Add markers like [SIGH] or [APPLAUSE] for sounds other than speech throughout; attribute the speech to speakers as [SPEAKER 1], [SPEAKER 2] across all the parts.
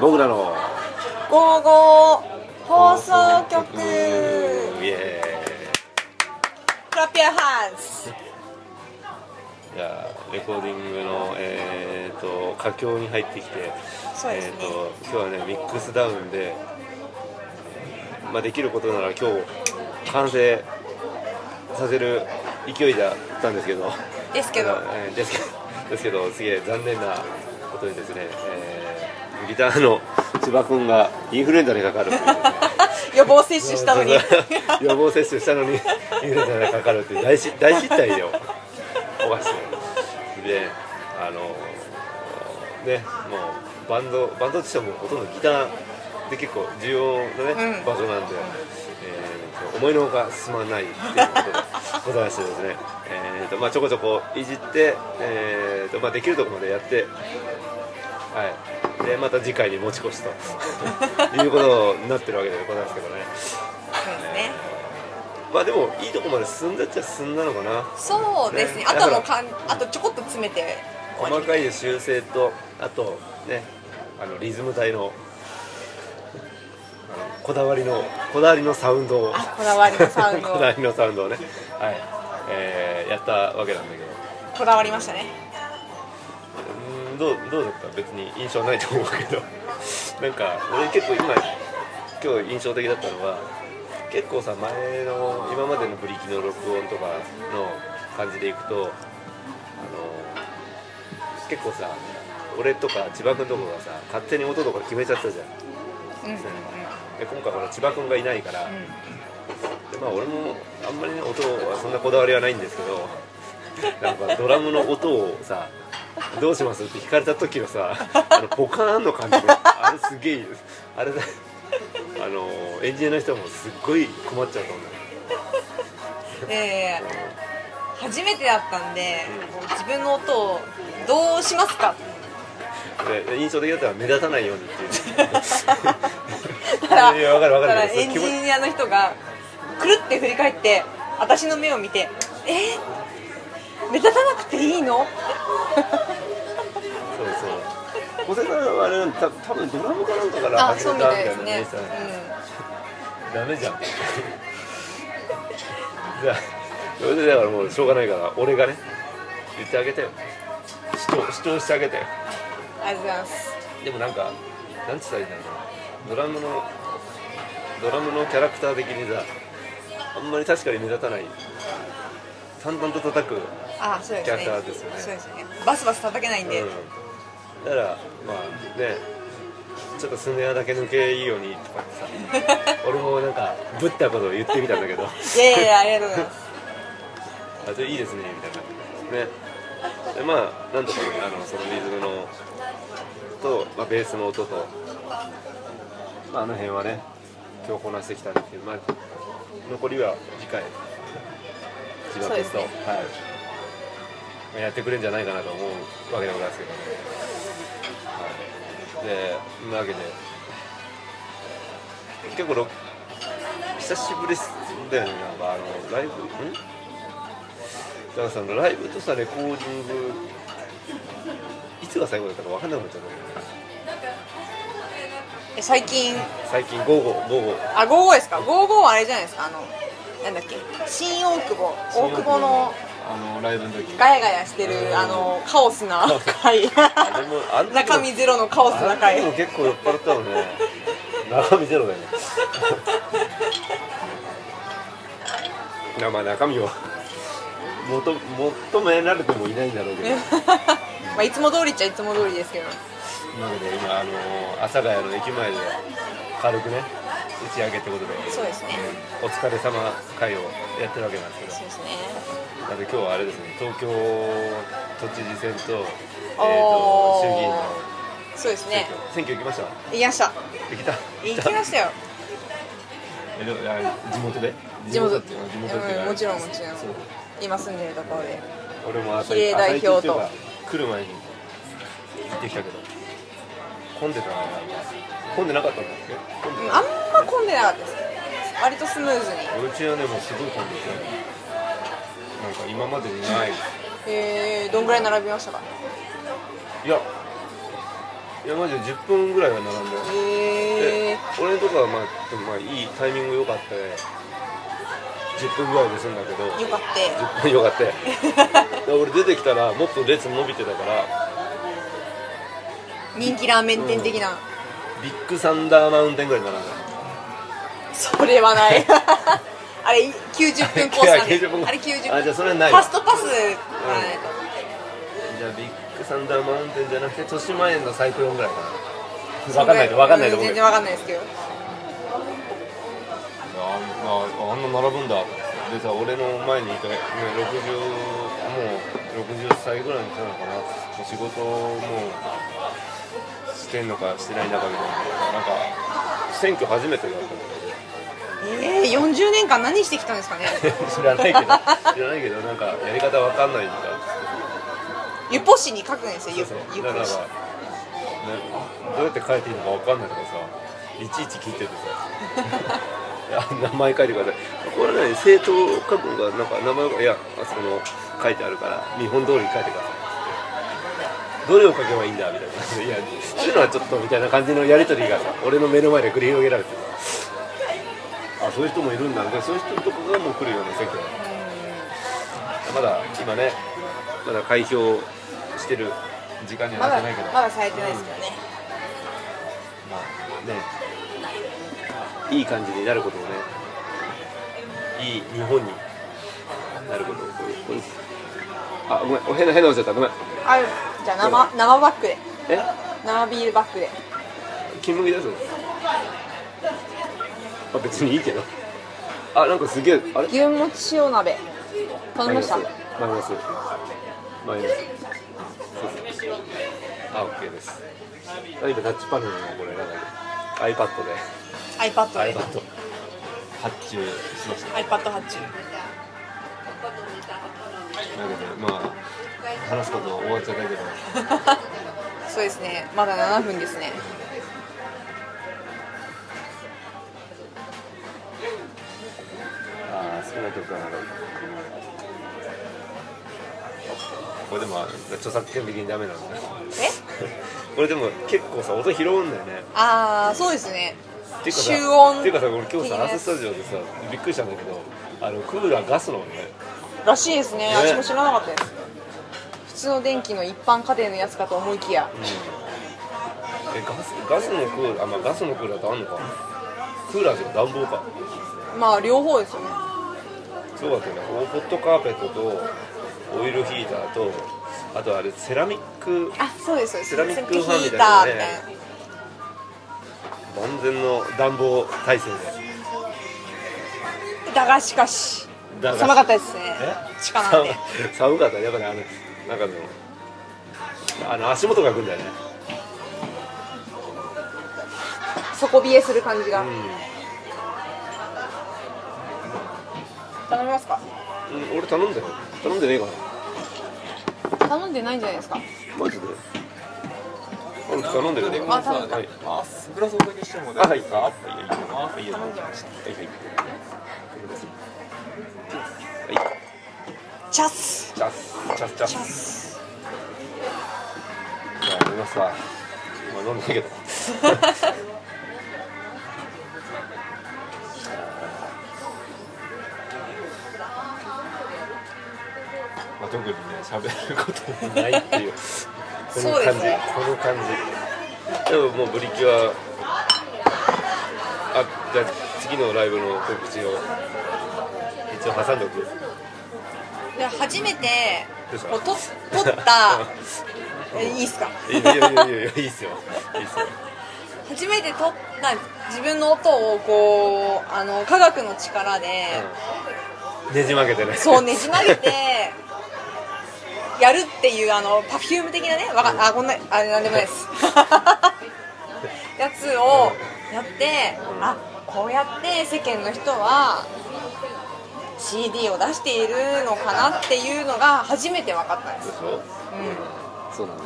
[SPEAKER 1] 僕らの
[SPEAKER 2] ゴーゴー放送局
[SPEAKER 1] イエ
[SPEAKER 2] クラップヤーハンス
[SPEAKER 1] ーイいやーレコーディングのえー、と佳境に入ってきて
[SPEAKER 2] そうですね
[SPEAKER 1] えー、と今日はねミックスダウンで、まあ、できることなら今日完成させる勢いだったんですけど
[SPEAKER 2] ですけど
[SPEAKER 1] えーですけどですけどすげえ残念なことにですね、えーギターの千葉君がインフルエンザにかかるという
[SPEAKER 2] 予防接種したのに
[SPEAKER 1] [LAUGHS] 予防接種したのにインフルエンザがかかるっていう大失大失態よおかしいであのねもうバンドバンドとしてはもうほとんどギターで結構重要なね、
[SPEAKER 2] うん
[SPEAKER 1] 場所なんで、えーと思いのほか進まないっていうことでございましてですねえーとまあちょこちょこいじって、えーとまあ、できるところまでやってはいでまた次回に持ち越しと
[SPEAKER 2] [LAUGHS]
[SPEAKER 1] いうことになってるわけでございますけどね
[SPEAKER 2] そうですね
[SPEAKER 1] まあでもいいとこまで進んだっちゃ進んだのかな
[SPEAKER 2] [LAUGHS] そうですね
[SPEAKER 1] ね
[SPEAKER 2] あとはもうかんあとちょこっと詰めて終わ
[SPEAKER 1] 細
[SPEAKER 2] り
[SPEAKER 1] かい修正とあとねあのリズム体のあのこだわりのこだわりのサウンドを
[SPEAKER 2] あこだわりのサウン
[SPEAKER 1] [LAUGHS]
[SPEAKER 2] ド
[SPEAKER 1] こだわりのサウンドをねはい、えーやったわけなんだけど
[SPEAKER 2] こだわりましたね
[SPEAKER 1] うーんどうどうだった別に印象ないと思うけど [LAUGHS] なんか俺結構今今日印象的だったのは結構さ前の今までのブリキの録音とかの感じでいくとあの結構さ俺とか千葉君とかがさ勝手に音とか決めちゃってたじゃん
[SPEAKER 2] うんうんうん
[SPEAKER 1] で今回ほら千葉君がいないから、
[SPEAKER 2] うん
[SPEAKER 1] でまあ俺もあんまりね音はそんなこだわりはないんですけど
[SPEAKER 2] [LAUGHS]
[SPEAKER 1] なんかドラムの音をさ「どうします?」って聞かれた時のさあのポカーンの感じねあれすげえあれだあのエンジニアの人もすっごい困っちゃうと思う
[SPEAKER 2] で初めてだったんでこう自分の音をどうしますか
[SPEAKER 1] で印象的だったら目立たないようにっ
[SPEAKER 2] [LAUGHS]
[SPEAKER 1] ていう
[SPEAKER 2] だから
[SPEAKER 1] いやわかるわかる
[SPEAKER 2] だら
[SPEAKER 1] それ
[SPEAKER 2] エン
[SPEAKER 1] 気持
[SPEAKER 2] ジ
[SPEAKER 1] ち
[SPEAKER 2] ニアの人がくるって振り返って私の目を見て「えー、目立たなくていいの?」
[SPEAKER 1] そうそう小瀬さんはあれなんた多分ドラムかなんかから
[SPEAKER 2] あ
[SPEAKER 1] 始
[SPEAKER 2] そう
[SPEAKER 1] め
[SPEAKER 2] み
[SPEAKER 1] た
[SPEAKER 2] た
[SPEAKER 1] み
[SPEAKER 2] い
[SPEAKER 1] た
[SPEAKER 2] で
[SPEAKER 1] いな
[SPEAKER 2] すね
[SPEAKER 1] ね、ダメじゃんじゃあそれでだからもうしょうがないから俺がね言ってあげてよ主張主張してあげてよ
[SPEAKER 2] うん、ありがとうございます
[SPEAKER 1] でもなんかなんつったらいいんだろうなドラムのドラムのキャラクター的にさあんまり確かに目立たない淡々と叩く、うん、
[SPEAKER 2] あそうです
[SPEAKER 1] キ
[SPEAKER 2] ね
[SPEAKER 1] ャラクターですよね
[SPEAKER 2] そうですねバスバス叩けないんで、
[SPEAKER 1] だからまあねちょっとスネアだけ抜けいいようにとかさ俺もなんかぶったことを言ってみたんだけど
[SPEAKER 2] いやいやいやありがとうございます
[SPEAKER 1] あじゃあいいですねみたいなねでまあなんとかねあのそのリズムのと、まあ、ベースの音と、まあ、あの辺はね今日こなしてきたんですけど、まあ、残りは次回千葉
[SPEAKER 2] そう
[SPEAKER 1] 君
[SPEAKER 2] で
[SPEAKER 1] と
[SPEAKER 2] す、ね
[SPEAKER 1] はいまあやってくれるんじゃないかなと思うわけでございますけどね、はい、でそんなわけで結構ろ久しぶりっすだよねなんかあのライブんだからさライブとさレコーディングいつが最後だったか分かんなくなっちゃった
[SPEAKER 2] え最近
[SPEAKER 1] 最近午後午後
[SPEAKER 2] あ55ですか55はあれじゃないですかあのなんだっけ新大久保大久保の
[SPEAKER 1] あのライブの時
[SPEAKER 2] ガヤガヤしてるあのカオスな回
[SPEAKER 1] でもあん時も
[SPEAKER 2] 中身ゼロのカオスな
[SPEAKER 1] あ
[SPEAKER 2] 回
[SPEAKER 1] の時も結構酔っ払ったのね中身ゼロだよねいやまあ中身を求求められてもいないんだろうけどな
[SPEAKER 2] [LAUGHS] まあいつも通りっちゃいつも通りですけど
[SPEAKER 1] ので今あの阿佐ヶ谷の駅前で軽くね打ち上げってことで
[SPEAKER 2] そうですね
[SPEAKER 1] お疲れ様会をやってるわけなんですけど
[SPEAKER 2] そうですね
[SPEAKER 1] なんで今日はあれですね、東京都知事選と,、えー、と
[SPEAKER 2] おー
[SPEAKER 1] 衆議院の
[SPEAKER 2] そうです
[SPEAKER 1] 選
[SPEAKER 2] ね
[SPEAKER 1] 挙、選挙行きました
[SPEAKER 2] 行きました
[SPEAKER 1] 行きた
[SPEAKER 2] 行きまし
[SPEAKER 1] [LAUGHS]
[SPEAKER 2] たよ
[SPEAKER 1] えでもいや地元で
[SPEAKER 2] 地元
[SPEAKER 1] っていうのは地元っていうの
[SPEAKER 2] う
[SPEAKER 1] は
[SPEAKER 2] んもちろんもちろん
[SPEAKER 1] そう
[SPEAKER 2] 今住んでるところで
[SPEAKER 1] 俺も朝
[SPEAKER 2] 比例代表
[SPEAKER 1] 朝
[SPEAKER 2] と
[SPEAKER 1] 一っていうか来る前に行ってきたけど混んでたな混んでなかったんだっけ混ん
[SPEAKER 2] う
[SPEAKER 1] で
[SPEAKER 2] ん
[SPEAKER 1] た
[SPEAKER 2] あんま混んでなかったです割とスムーズに
[SPEAKER 1] 俺うちはねもうすごい混んでてなんか今までにない
[SPEAKER 2] えー、どんぐらい並びましたか
[SPEAKER 1] いやいやマジで10分ぐらいは並んだよ
[SPEAKER 2] へ
[SPEAKER 1] で
[SPEAKER 2] え
[SPEAKER 1] 俺のとこはまあでもまあいいタイミング良かったで10分ぐらいで済んだけど
[SPEAKER 2] よかっ
[SPEAKER 1] 10分良かったよで俺出てきたらもっと列伸びてたから
[SPEAKER 2] た人気ラーメン店的な、
[SPEAKER 1] ビッグサンダーマウンテンぐらい並んだ
[SPEAKER 2] それはない [LAUGHS] あれ90分コースなんで
[SPEAKER 1] いや90分コース
[SPEAKER 2] あれ90分
[SPEAKER 1] あじゃあそれはない
[SPEAKER 2] ファストパスがないと、
[SPEAKER 1] じゃあビッグサンダーマウンテンじゃなくて豊島園の最高4ぐらいかな分
[SPEAKER 2] そぐ
[SPEAKER 1] かん
[SPEAKER 2] ら
[SPEAKER 1] ないと分かんないと
[SPEAKER 2] う
[SPEAKER 1] 思う
[SPEAKER 2] 全
[SPEAKER 1] け
[SPEAKER 2] 然
[SPEAKER 1] どあ
[SPEAKER 2] 分かんないですけど
[SPEAKER 1] ああんな並ぶんだでさ俺の前にいた、ね、60もう60歳ぐらいの人なのかなもう仕事もしてんのかしてないんだかみたいななんか選挙初めてだったんだ
[SPEAKER 2] ええー、40年間何してきたんです [LAUGHS] かね
[SPEAKER 1] [LAUGHS] 知らないけど知らないけどなんかやり方わかんないんだ
[SPEAKER 2] ゆぽしに書くんですよゆ
[SPEAKER 1] そうそう
[SPEAKER 2] ゆ
[SPEAKER 1] だから
[SPEAKER 2] ぽ
[SPEAKER 1] ね
[SPEAKER 2] し
[SPEAKER 1] どうやって書いていいのかわかんないとかさいちいち聞いてて [LAUGHS] さいや名前書いてくださいこれね政党書くのがなんか名前がいやあそこの書いてあるから見本通りに書いてくださいどれを書けばいいんだみたいな「いやそういうのはちょっと」みたいな感じのやり取りがさ俺の目の前で繰り広げられてさあそういう人もいるんだでそういう人のとこがもう来るような選挙だまだ今ねまだ開票してる時間には
[SPEAKER 2] ま
[SPEAKER 1] なっ
[SPEAKER 2] だ
[SPEAKER 1] てないけど
[SPEAKER 2] まだされてないですけどね、
[SPEAKER 1] まあねいい感じになることをねいい日本になることをこういうこういうあごめんお変な変なおっちゃったごめん
[SPEAKER 2] あじゃあ生生バッグで
[SPEAKER 1] え
[SPEAKER 2] 生ビールバッグで
[SPEAKER 1] 金麦ですあ別にいいけどあなんかすげえあれ
[SPEAKER 2] 牛もち塩鍋頼みました
[SPEAKER 1] マイナスマイナスマイナスそうそうあオッケーですあ今タッチパネルのこれなんだっけ iPad で
[SPEAKER 2] iPad で
[SPEAKER 1] iPad 発注しました
[SPEAKER 2] iPad 発注
[SPEAKER 1] だけどまあ話すこと終わっちゃったけど
[SPEAKER 2] そうですねまだ7分ですね
[SPEAKER 1] ああ好きな曲はなんかこれでも著作権的にダメなんだ
[SPEAKER 2] え
[SPEAKER 1] これでも結構さ音拾うんだよね
[SPEAKER 2] ああそうですね
[SPEAKER 1] っていうか
[SPEAKER 2] 集音
[SPEAKER 1] さっていうかさ俺今日
[SPEAKER 2] 的
[SPEAKER 1] さ
[SPEAKER 2] な
[SPEAKER 1] アー
[SPEAKER 2] やつ
[SPEAKER 1] ススタジオでさびっくりしたんだけどあのクーラーガスのね
[SPEAKER 2] らしいですね
[SPEAKER 1] ね
[SPEAKER 2] 私も知らなかったです普通の電気の一般家庭のやつかと思いきや
[SPEAKER 1] えガスガスのクーラーあまあガスのクーラーってあんのかクーラーじゃ暖房か
[SPEAKER 2] まあ両方ですよね
[SPEAKER 1] そうだっけねオーポットカーペットとオイルヒーターとあとあれセラミック
[SPEAKER 2] あそうですそうです
[SPEAKER 1] セラミックファンみたい
[SPEAKER 2] な
[SPEAKER 1] なね万全の暖房体制で
[SPEAKER 2] だがしかし
[SPEAKER 1] だが
[SPEAKER 2] 寒かったですね
[SPEAKER 1] え
[SPEAKER 2] 地下なんで
[SPEAKER 1] 寒寒かったやっぱねあのなんかねあの足元が来るんだよね
[SPEAKER 2] 底冷えする感じが、
[SPEAKER 1] う
[SPEAKER 2] 頼みます
[SPEAKER 1] ん、
[SPEAKER 2] か
[SPEAKER 1] うん、俺頼んだよ頼んでねえかな
[SPEAKER 2] 頼んでないんじゃないですか
[SPEAKER 1] マジで俺頼んでるね
[SPEAKER 2] あ頼んだ
[SPEAKER 1] はい
[SPEAKER 3] あ、グラスおだけしても
[SPEAKER 1] あはい
[SPEAKER 3] ですか
[SPEAKER 1] あ
[SPEAKER 3] いいよあいいよ
[SPEAKER 2] 頼んでました
[SPEAKER 1] はいはい
[SPEAKER 2] チャス
[SPEAKER 1] チャスチャスチャ
[SPEAKER 2] チャ
[SPEAKER 1] ス
[SPEAKER 2] ス
[SPEAKER 1] じゃあ飲みますわまあ飲んだけど [LAUGHS]
[SPEAKER 3] まあ、特にね、喋ることも
[SPEAKER 1] ないっていうこの
[SPEAKER 2] そうで
[SPEAKER 1] 感
[SPEAKER 2] す
[SPEAKER 1] じ、
[SPEAKER 2] ね
[SPEAKER 1] この感じでももうブリキはあじゃあ次のライブの告知を一応挟んでおく
[SPEAKER 2] で初めて
[SPEAKER 1] どうした
[SPEAKER 2] こうと撮った
[SPEAKER 1] [LAUGHS]
[SPEAKER 2] えいいっすか
[SPEAKER 1] [LAUGHS] いいよいいよいいよいいっすよいいっすよ
[SPEAKER 2] 初めて撮った自分の音をこうあの科学の力で、
[SPEAKER 1] うんねじ曲げてね
[SPEAKER 2] そうねじ曲げてやるっていうあのパフューム的なねわかあこんなあれなんでもないですやつをやって、
[SPEAKER 1] うん
[SPEAKER 2] あこうやって世間の人は CD を出しているのかなっていうのが初めて分かったんです
[SPEAKER 1] でしょ、うん、そうなんで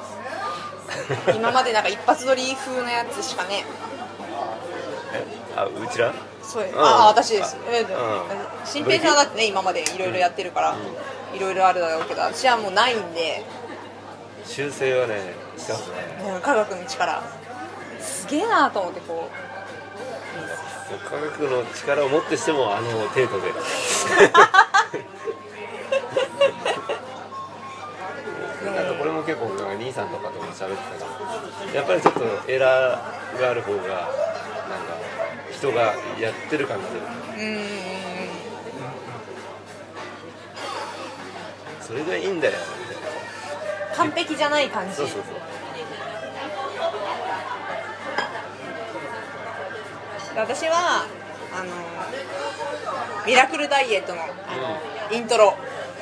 [SPEAKER 1] す
[SPEAKER 2] 今までなんか一発撮り風のやつしかね
[SPEAKER 1] あうちら
[SPEAKER 2] そうです
[SPEAKER 1] うん
[SPEAKER 2] ああ私です
[SPEAKER 1] あ
[SPEAKER 2] え
[SPEAKER 1] う
[SPEAKER 2] 新平さんだってね今までいろいろやってるからいろいろあるだろうけど私はもうないんで
[SPEAKER 1] 修正はねしてますね
[SPEAKER 2] もう科学の力すげえなと思ってこ
[SPEAKER 1] 科学の力を持ってしてもあの程度でなんかこれも結構なんか兄さんとかとも喋ってたけどやっぱりちょっとエラーがある方がなんか人がやってる感が出る
[SPEAKER 2] ううんうんうんうん
[SPEAKER 1] それがいいんだよみたいな
[SPEAKER 2] 完璧じゃない感じ
[SPEAKER 1] そうそうそう
[SPEAKER 2] 私はあのミラクルダイエットの
[SPEAKER 1] う
[SPEAKER 2] イントロ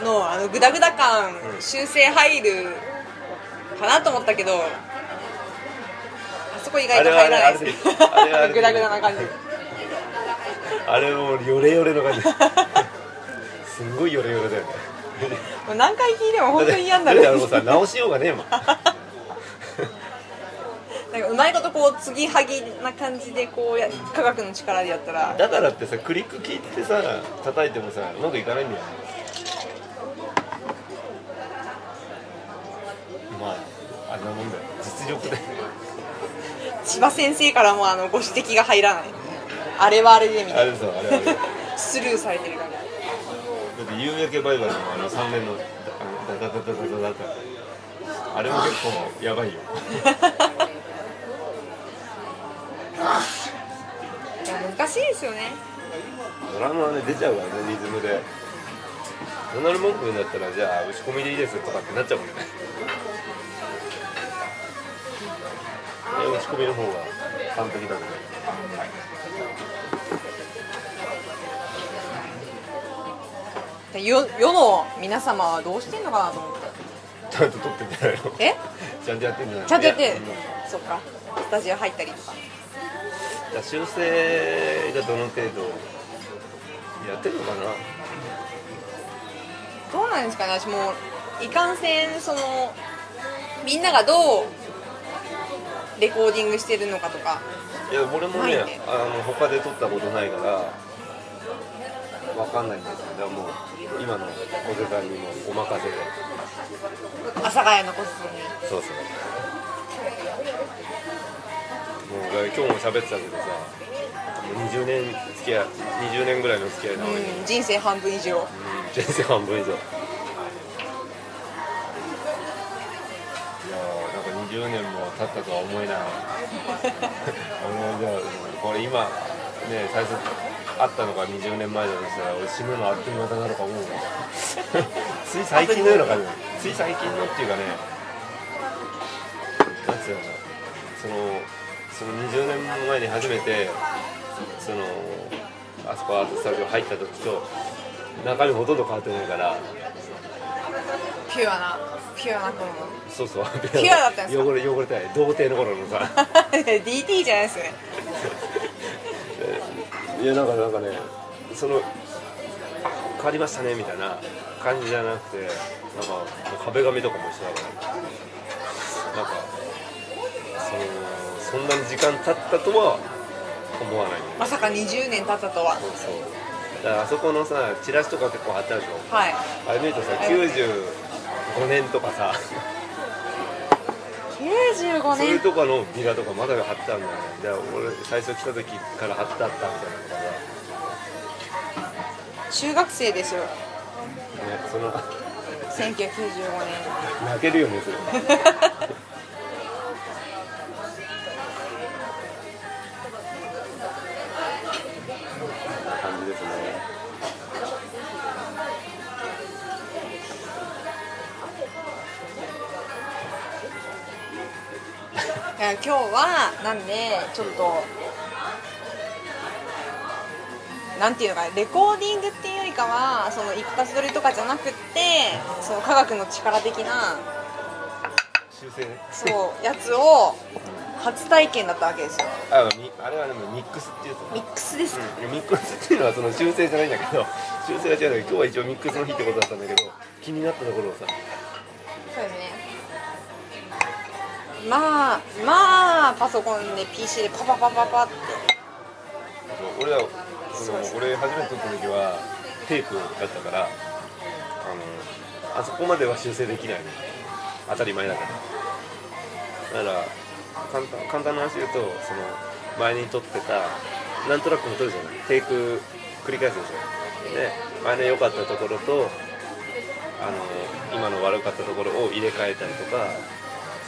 [SPEAKER 2] のあのグダグダ感
[SPEAKER 1] ん
[SPEAKER 2] 修正入るかなと思ったけどあそこ意外と入らないです
[SPEAKER 1] あれはあれあれあれあれ
[SPEAKER 2] グダグダな感じ
[SPEAKER 1] んあれもうヨレヨレの感じすんごいヨレヨレだよね
[SPEAKER 2] もう何回聞いても本当に嫌にな
[SPEAKER 1] [LAUGHS]
[SPEAKER 2] る
[SPEAKER 1] だってあれもさ直しようがねえもん
[SPEAKER 2] なんかうまいことこう継ぎはぎな感じでこうや科学の力でやったら
[SPEAKER 1] だからってさクリック切ってさ叩いてもさうまくいかないんだよねまああれなもんだよ実力で
[SPEAKER 2] 千葉先生からもあのご指摘が入らないあれはあれでみ
[SPEAKER 1] あ
[SPEAKER 2] たい
[SPEAKER 1] れ
[SPEAKER 2] な
[SPEAKER 1] さあれあれだっ
[SPEAKER 2] [LAUGHS] スルーされてる感じ
[SPEAKER 1] て夕焼けバイバイのあの3連のあのダダダダダダダってあれも結構やばいよ
[SPEAKER 2] いや難しいですよね
[SPEAKER 1] ドラムはね出ちゃうからねリズムでドナルド・モンクになったらじゃあ打ち込みでいいですとかってなっちゃうもんねいや打ち込みの方が完璧だと思う
[SPEAKER 2] 世世の皆様はどうしてんのかなと思って
[SPEAKER 1] ちゃんと撮ってんじゃないの
[SPEAKER 2] え
[SPEAKER 1] ちゃんとやってんじゃないの
[SPEAKER 2] ちゃんとやって
[SPEAKER 1] いうん
[SPEAKER 2] そっかスタジオ入ったりとか
[SPEAKER 1] じゃあ修正がどの程度やってるのかな
[SPEAKER 2] どうなんですかね私もういかんせんそのみんながどうレコーディングしてるのかとか
[SPEAKER 1] いや俺も
[SPEAKER 2] ない
[SPEAKER 1] ね
[SPEAKER 2] ね
[SPEAKER 1] あの他で撮ったことないからわかんないんですけどもう今の小手さんにもお任せで
[SPEAKER 2] 阿佐ヶ谷のコストに
[SPEAKER 1] そうそうもう今日も喋ってたけどさもう20年付き合い20年ぐらいの付き合いなのに、
[SPEAKER 2] うん、人生半分以上
[SPEAKER 1] 人生半分以上いやーなんか20年も経ったとは思えないあのじゃあこれ今ね最初会ったのが20年前だとしたら俺死ぬのあっという間だなとか思うわつい最近のような感じつい最近のっていうかねなんつうのかなそのその20年前に初めてそのあそこアートスタジオ入った時と中身ほとんど変わってないから
[SPEAKER 2] ピュアなピュアな頃 [LAUGHS] の
[SPEAKER 1] そうそう
[SPEAKER 2] ピュアだったんです
[SPEAKER 1] [LAUGHS]
[SPEAKER 2] か
[SPEAKER 1] 汚れ汚れたい童貞の頃の
[SPEAKER 2] [LAUGHS]
[SPEAKER 1] さ
[SPEAKER 2] DT じゃないですね
[SPEAKER 1] いやなんかなんかねその変わりましたねみたいな感じじゃなくてなんかもう壁紙とかもしてたからなんかそのそんなに時間経ったとは思わない
[SPEAKER 2] まさか20年経ったとは
[SPEAKER 1] そうそうだからあそこのさチラシとか結構貼ってあるでしょ
[SPEAKER 2] はい
[SPEAKER 1] あれ見るとさ95年とかさ
[SPEAKER 2] 95
[SPEAKER 1] それ
[SPEAKER 2] 年
[SPEAKER 1] とかのビラとかまだ貼ってあるんだよねじゃあ俺最初来た時から貼ってあったみたいなのがね
[SPEAKER 2] 中学生ですよ
[SPEAKER 1] その
[SPEAKER 2] 1995年
[SPEAKER 1] 泣けるよねそれ感じですね
[SPEAKER 2] だから今日はなんでちょっとなんていうのかなレコーディングっていうよりかはその一発撮りとかじゃなくってその科学の力的な
[SPEAKER 1] 修正ね
[SPEAKER 2] そうやつを初体験だったわけですよ
[SPEAKER 1] あみあれはでもミックスっていうと
[SPEAKER 2] ミックスですか
[SPEAKER 1] うん、ミックスっていうのはその修正じゃないんだけど修正が違うんだけど今日は一応ミックスの日ってことだったんだけど気になったところをさ
[SPEAKER 2] そうですねまあまあパソコンで PC でパパパパパって
[SPEAKER 1] 俺はそ
[SPEAKER 2] そう
[SPEAKER 1] の
[SPEAKER 2] です
[SPEAKER 1] 俺初めて撮った時はテープだったからあのあそこまでは修正できない当たり前だからだから簡単簡単な話言うとその前に撮ってた何トラックも撮るじゃないテイク繰り返すでしょで前の良かったところとあの今の悪かったところを入れ替えたりとか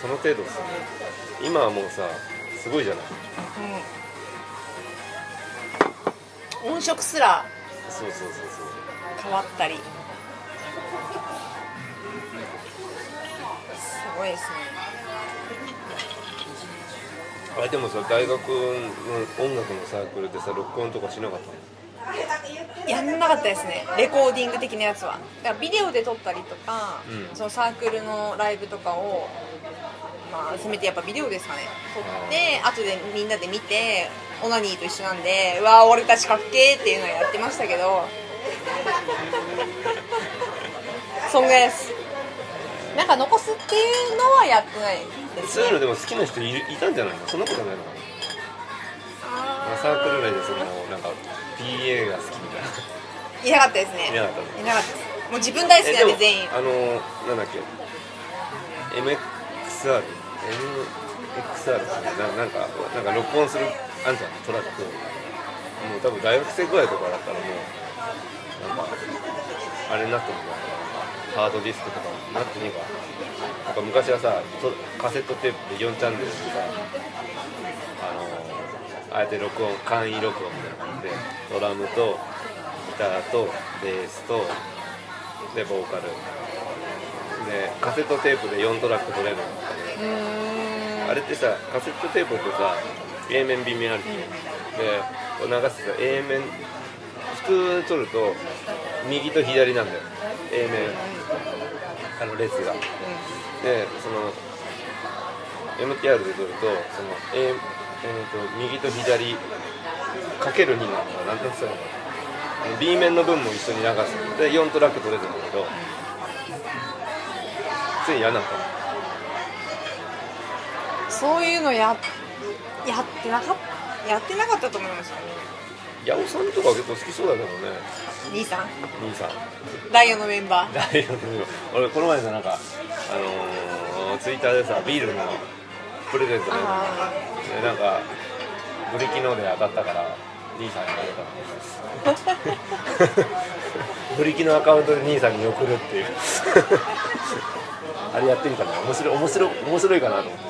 [SPEAKER 1] その程度ですよね今はもうさすごいじゃない
[SPEAKER 2] うん、音色すら
[SPEAKER 1] そうそうそうそう
[SPEAKER 2] 変わったりすごいですね
[SPEAKER 1] あれでもさ大学の音楽のサークルでさ録音とかしなかったの
[SPEAKER 2] やんなかったですねレコーディング的なやつはだからビデオで撮ったりとか、
[SPEAKER 1] うん
[SPEAKER 2] そのサークルのライブとかをまあせめてやっぱビデオですかね撮って後でみんなで見てオナニーと一緒なんでうわー俺たちかっけーっていうのはやってましたけど
[SPEAKER 1] [LAUGHS]
[SPEAKER 2] そんぐらいですなんか残すっていうのはやってないです
[SPEAKER 1] そう
[SPEAKER 2] ね
[SPEAKER 1] いうのでも好きな人いるいたんじゃないのそんなことないのかな
[SPEAKER 2] あ
[SPEAKER 1] サークル内でそのなんか PA が好きみたいない
[SPEAKER 2] なかったですね
[SPEAKER 1] いなかったの
[SPEAKER 2] いなかったですもう自分大好きなんで全員
[SPEAKER 1] あのなんだっけ MXR MXR ってななんかなんか録音するあんじゃんトラックをもう多分大学生ぐらいとかだったらもうなんかあれになってるんじゃないかなハードディスクとかになってねえかなんか昔はさとカセットテープで4チャンネルでさあのあえて録音簡易録音みたいな感じでドラムとギターとベースとでボーカルでカセットテープで4トラック取れるの
[SPEAKER 2] うーん
[SPEAKER 1] あれってさカセットテープってさ A 面 B 面あるじゃんでこう流してさ A 面普通取ると右と左なんだよ A 面あの列がでその MTR で取るとその A えー、と右と左かける2なのかななんて言ったらいいのかな B 面の分も一緒に流すで4トラック取れるんだけどつい嫌なの
[SPEAKER 2] そういうのややってなかったやってなかったと思いますよ
[SPEAKER 1] 八尾さんとか結構好きそうだけどね
[SPEAKER 2] 兄さん
[SPEAKER 1] 兄さん
[SPEAKER 2] ダイヤのメンバー
[SPEAKER 1] だよね俺この前さなんかあのー、ツイッターでさビールのプレゼントで
[SPEAKER 2] あ
[SPEAKER 1] でなんかブリキノで当たったから兄さんにあげたのブリキのアカウントで兄さんに送るっていうあれやってみたの面白い面白い面白いかなと思って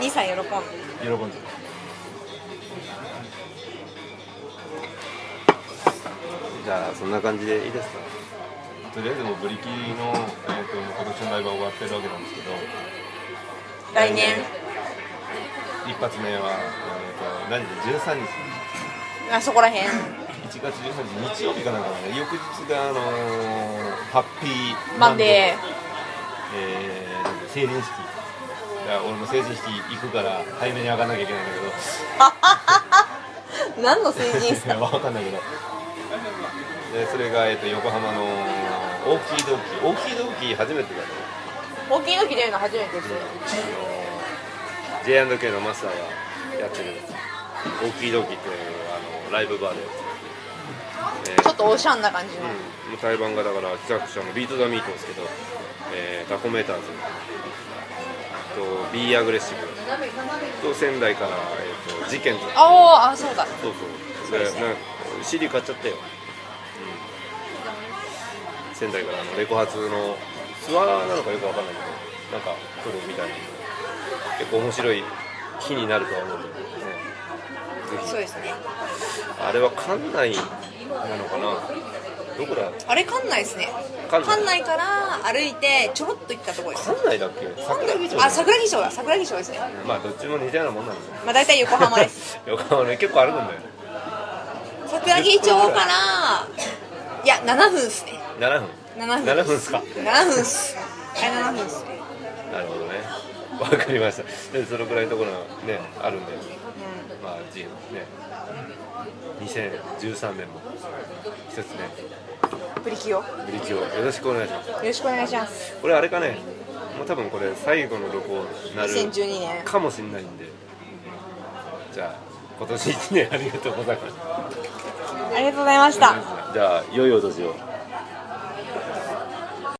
[SPEAKER 2] 兄さん喜んで
[SPEAKER 1] 喜んでるじゃあそんな感じでいいですか
[SPEAKER 3] とりあえずもうブリキの、えー、と今年のライブは終わってるわけなんですけど
[SPEAKER 2] 来年
[SPEAKER 3] 一発目は、えー、と何時13日
[SPEAKER 2] あそこらへん
[SPEAKER 3] 1月13日日曜日かなんかね翌日があのーハッピー
[SPEAKER 2] マンデ
[SPEAKER 3] えーなんだ成人式だから俺も成人式行くから早めに上がんなきゃいけないんだけど
[SPEAKER 2] ー何の成人です
[SPEAKER 3] いや
[SPEAKER 2] か
[SPEAKER 3] わかんないけどでそれが、えっと横浜のオーキードーキーオーキードーキー初めてだね
[SPEAKER 2] [LAUGHS] 大きい時出るの初めてですよ
[SPEAKER 1] J&K のマスターがやってるオーキードーキーっていうあのライブバーで、えー
[SPEAKER 2] ちょっとおしゃんな感じの、
[SPEAKER 1] うん、対バンがだから企画者のビート・ザ・ミートですけど、えータコメーターズと B アグレッシブと仙台から、えー、と事件と
[SPEAKER 2] あおーあそうだ
[SPEAKER 1] そうそうでなんか CD 買っちゃったよ、うん、仙台からあのレコ発のツアーなのかよくわかんないけどなんか来るみたいな結構面白い日になるとは思うんだけどね
[SPEAKER 2] そうですね
[SPEAKER 1] あれは館内なのかなどこだ
[SPEAKER 2] あれ館内ですね
[SPEAKER 1] 館内
[SPEAKER 2] 館内から歩いてちょろっと行ったとこです
[SPEAKER 1] 館内だっけ桜木町
[SPEAKER 2] あ桜木町だ桜木町ですね
[SPEAKER 1] まあどっちも似たようなもんなんですよ
[SPEAKER 2] まあ大体横浜です
[SPEAKER 1] [LAUGHS] 横浜ね結構歩くんだよ
[SPEAKER 2] 桜木町からいや7分ですね
[SPEAKER 1] 7分
[SPEAKER 2] 7分
[SPEAKER 1] 7分っすか
[SPEAKER 2] 7分っすあれ7分っすね
[SPEAKER 1] なるほどねわかりましたでそのくらいのところがねあるんだよまあ、ジーンね。2013年も一つね、
[SPEAKER 2] うんプリキュア
[SPEAKER 1] ブリキをよろしくお願いします。
[SPEAKER 2] よろしくお願いします
[SPEAKER 1] これあれかね、もう多分これ最後の旅行になる
[SPEAKER 2] 2012年
[SPEAKER 1] かもしれないんで、じゃあ今年1年ありがとうございまし
[SPEAKER 2] ありがとうございました
[SPEAKER 1] た。じゃあ良いお年を。